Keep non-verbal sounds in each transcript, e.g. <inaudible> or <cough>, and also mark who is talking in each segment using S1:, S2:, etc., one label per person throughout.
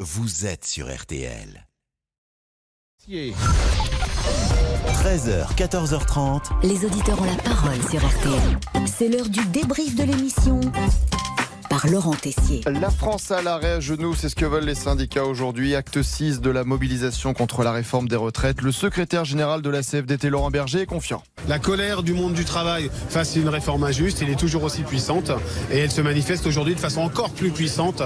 S1: vous êtes sur RTL. 13h, 14h30.
S2: Les auditeurs ont la parole sur RTL. C'est l'heure du débrief de l'émission par Laurent Tessier.
S3: La France à l'arrêt à genoux, c'est ce que veulent les syndicats aujourd'hui. Acte 6 de la mobilisation contre la réforme des retraites. Le secrétaire général de la CFDT, Laurent Berger, est confiant.
S4: La colère du monde du travail face à une réforme injuste, elle est toujours aussi puissante et elle se manifeste aujourd'hui de façon encore plus puissante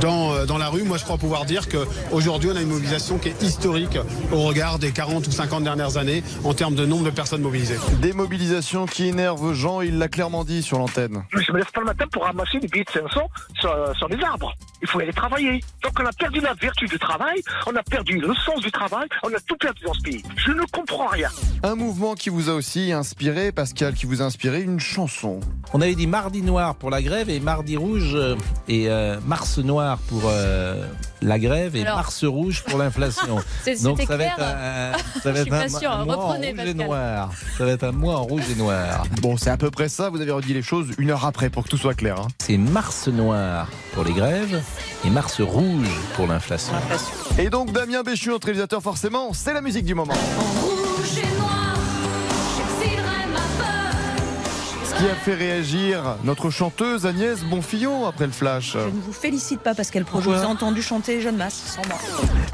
S4: dans, dans la rue. Moi, je crois pouvoir dire qu'aujourd'hui, on a une mobilisation qui est historique au regard des 40 ou 50 dernières années en termes de nombre de personnes mobilisées.
S3: Des mobilisations qui énervent Jean, il l'a clairement dit sur l'antenne.
S5: Je me lève pas le matin pour ramasser des billets de 500 sur, sur les arbres. Il faut aller travailler. Donc on a perdu la vertu du travail, on a perdu le sens du travail, on a tout perdu dans ce pays. Je ne comprends rien.
S3: Un mouvement qui vous a aussi inspiré, Pascal, qui vous a inspiré une chanson.
S6: On avait dit mardi noir pour la grève et mardi rouge euh, et euh, mars noir pour euh, la grève et
S7: Alors.
S6: mars rouge pour l'inflation.
S7: <laughs> C'est-
S6: Donc
S7: c'était
S6: ça va être
S7: clair. <laughs>
S6: un, ça va
S7: Je suis
S6: être un
S7: pas
S6: mois-
S7: sûre.
S6: un mois en
S7: Reprenez,
S6: rouge et
S7: Pascal.
S6: noir. Ça va être un mois en rouge et noir.
S3: Bon, c'est à peu près ça. Vous avez redit les choses une heure après pour que tout soit clair. hein.
S6: C'est mars noir pour les grèves et mars rouge pour l'inflation.
S3: Et donc, Damien Béchu, notre réalisateur, forcément, c'est la musique du moment.
S8: Rouge et noir, j'exilerai ma peur.
S3: Ce qui a fait réagir notre chanteuse Agnès Bonfillon après le flash.
S9: Je ne vous félicite pas parce qu'elle Je vous
S6: Pourquoi
S9: ai entendu chanter Jeune Masse sans moi.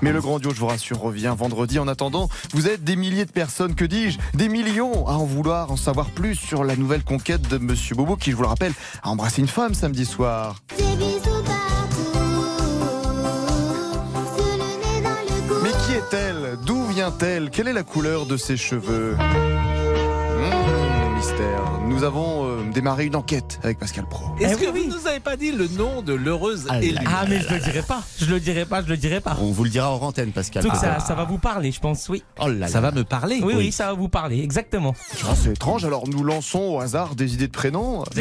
S3: Mais le grandiose, je vous rassure, revient vendredi. En attendant, vous êtes des milliers de personnes, que dis-je, des millions à en vouloir en savoir plus sur la nouvelle conquête de Monsieur Bobo, qui, je vous le rappelle, a embrassé une femme samedi soir.
S8: Des bisous partout, sous le nez dans le cou.
S3: Mais qui est-elle D'où vient-elle Quelle est la couleur de ses cheveux Mmh, Mystère. Nous avons euh, démarré une enquête avec Pascal Pro.
S6: Est-ce que vous nous avez pas dit le nom de l'heureuse élue
S10: Ah, mais je le dirai pas. Je le dirai pas, je le dirai pas.
S11: On vous le dira hors antenne, Pascal.
S10: Donc ça, ça va vous parler, je pense, oui.
S11: Oh là
S6: Ah, Ça
S11: là.
S6: va me parler.
S10: Oui, oui, ça va vous parler, exactement.
S3: Ah, C'est étrange, alors nous lançons au hasard des idées de prénoms.
S10: Vous inquiétez pas.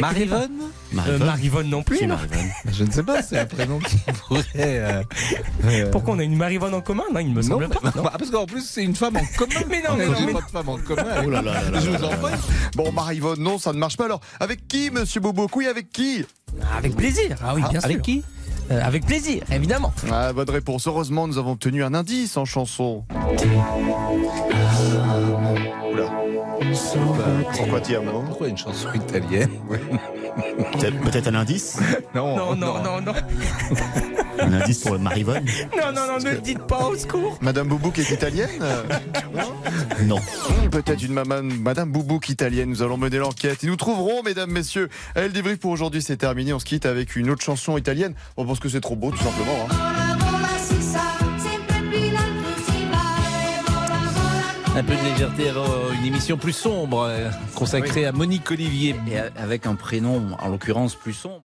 S6: Marie-Vonne
S10: Euh,
S11: Marie-Vonne.
S10: Marivonne non plus.
S11: Qui est
S10: non
S11: Marie-Vonne
S6: Ah, bah, Je ne sais pas, c'est un prénom <laughs> qui pourrait. euh, euh,
S10: Pourquoi on a une Marivonne en commun Non, il me
S6: Non,
S10: semble pas.
S6: bah, <laughs> parce qu'en plus, c'est une femme en commun.
S10: Mais non, mais
S6: J'ai
S10: non, mais
S6: pas de femme en commun.
S11: Oh là là là là
S6: Je
S11: là
S6: vous en prie.
S3: Bon, Marie-Vonne, non, ça ne marche pas. Alors, avec qui, Monsieur Bobo Oui, avec qui
S10: Ah, Avec plaisir. Ah oui,
S6: Ah,
S10: bien sûr.
S6: avec qui
S10: Euh, Avec plaisir, évidemment.
S3: Ah, bonne réponse. Heureusement, nous avons obtenu un indice en chanson. Oula. Bah, pourquoi t'y amour
S6: Pourquoi une chanson
S12: <laughs>
S6: italienne
S11: Peut-être peut-être un indice
S10: Non, non, non, non.
S11: Un indice pour Marivonne
S10: Non, non, non, ne le dites pas, au secours.
S3: Madame Boubouk est italienne
S11: Non.
S3: Hmm, Peut-être une maman, Madame Boubouk italienne. Nous allons mener l'enquête. Et nous trouverons, mesdames, messieurs. Elle débrief pour aujourd'hui, c'est terminé. On se quitte avec une autre chanson italienne. On pense que c'est trop beau, tout simplement. hein.
S8: Vola, vola, si sa, sempre più l'alto si va. E vola, vola,
S6: Un peu de légèreté avant une émission plus sombre, euh, consacrée à Monique Olivier.
S12: Et avec un prénom, en l'occurrence, plus sombre.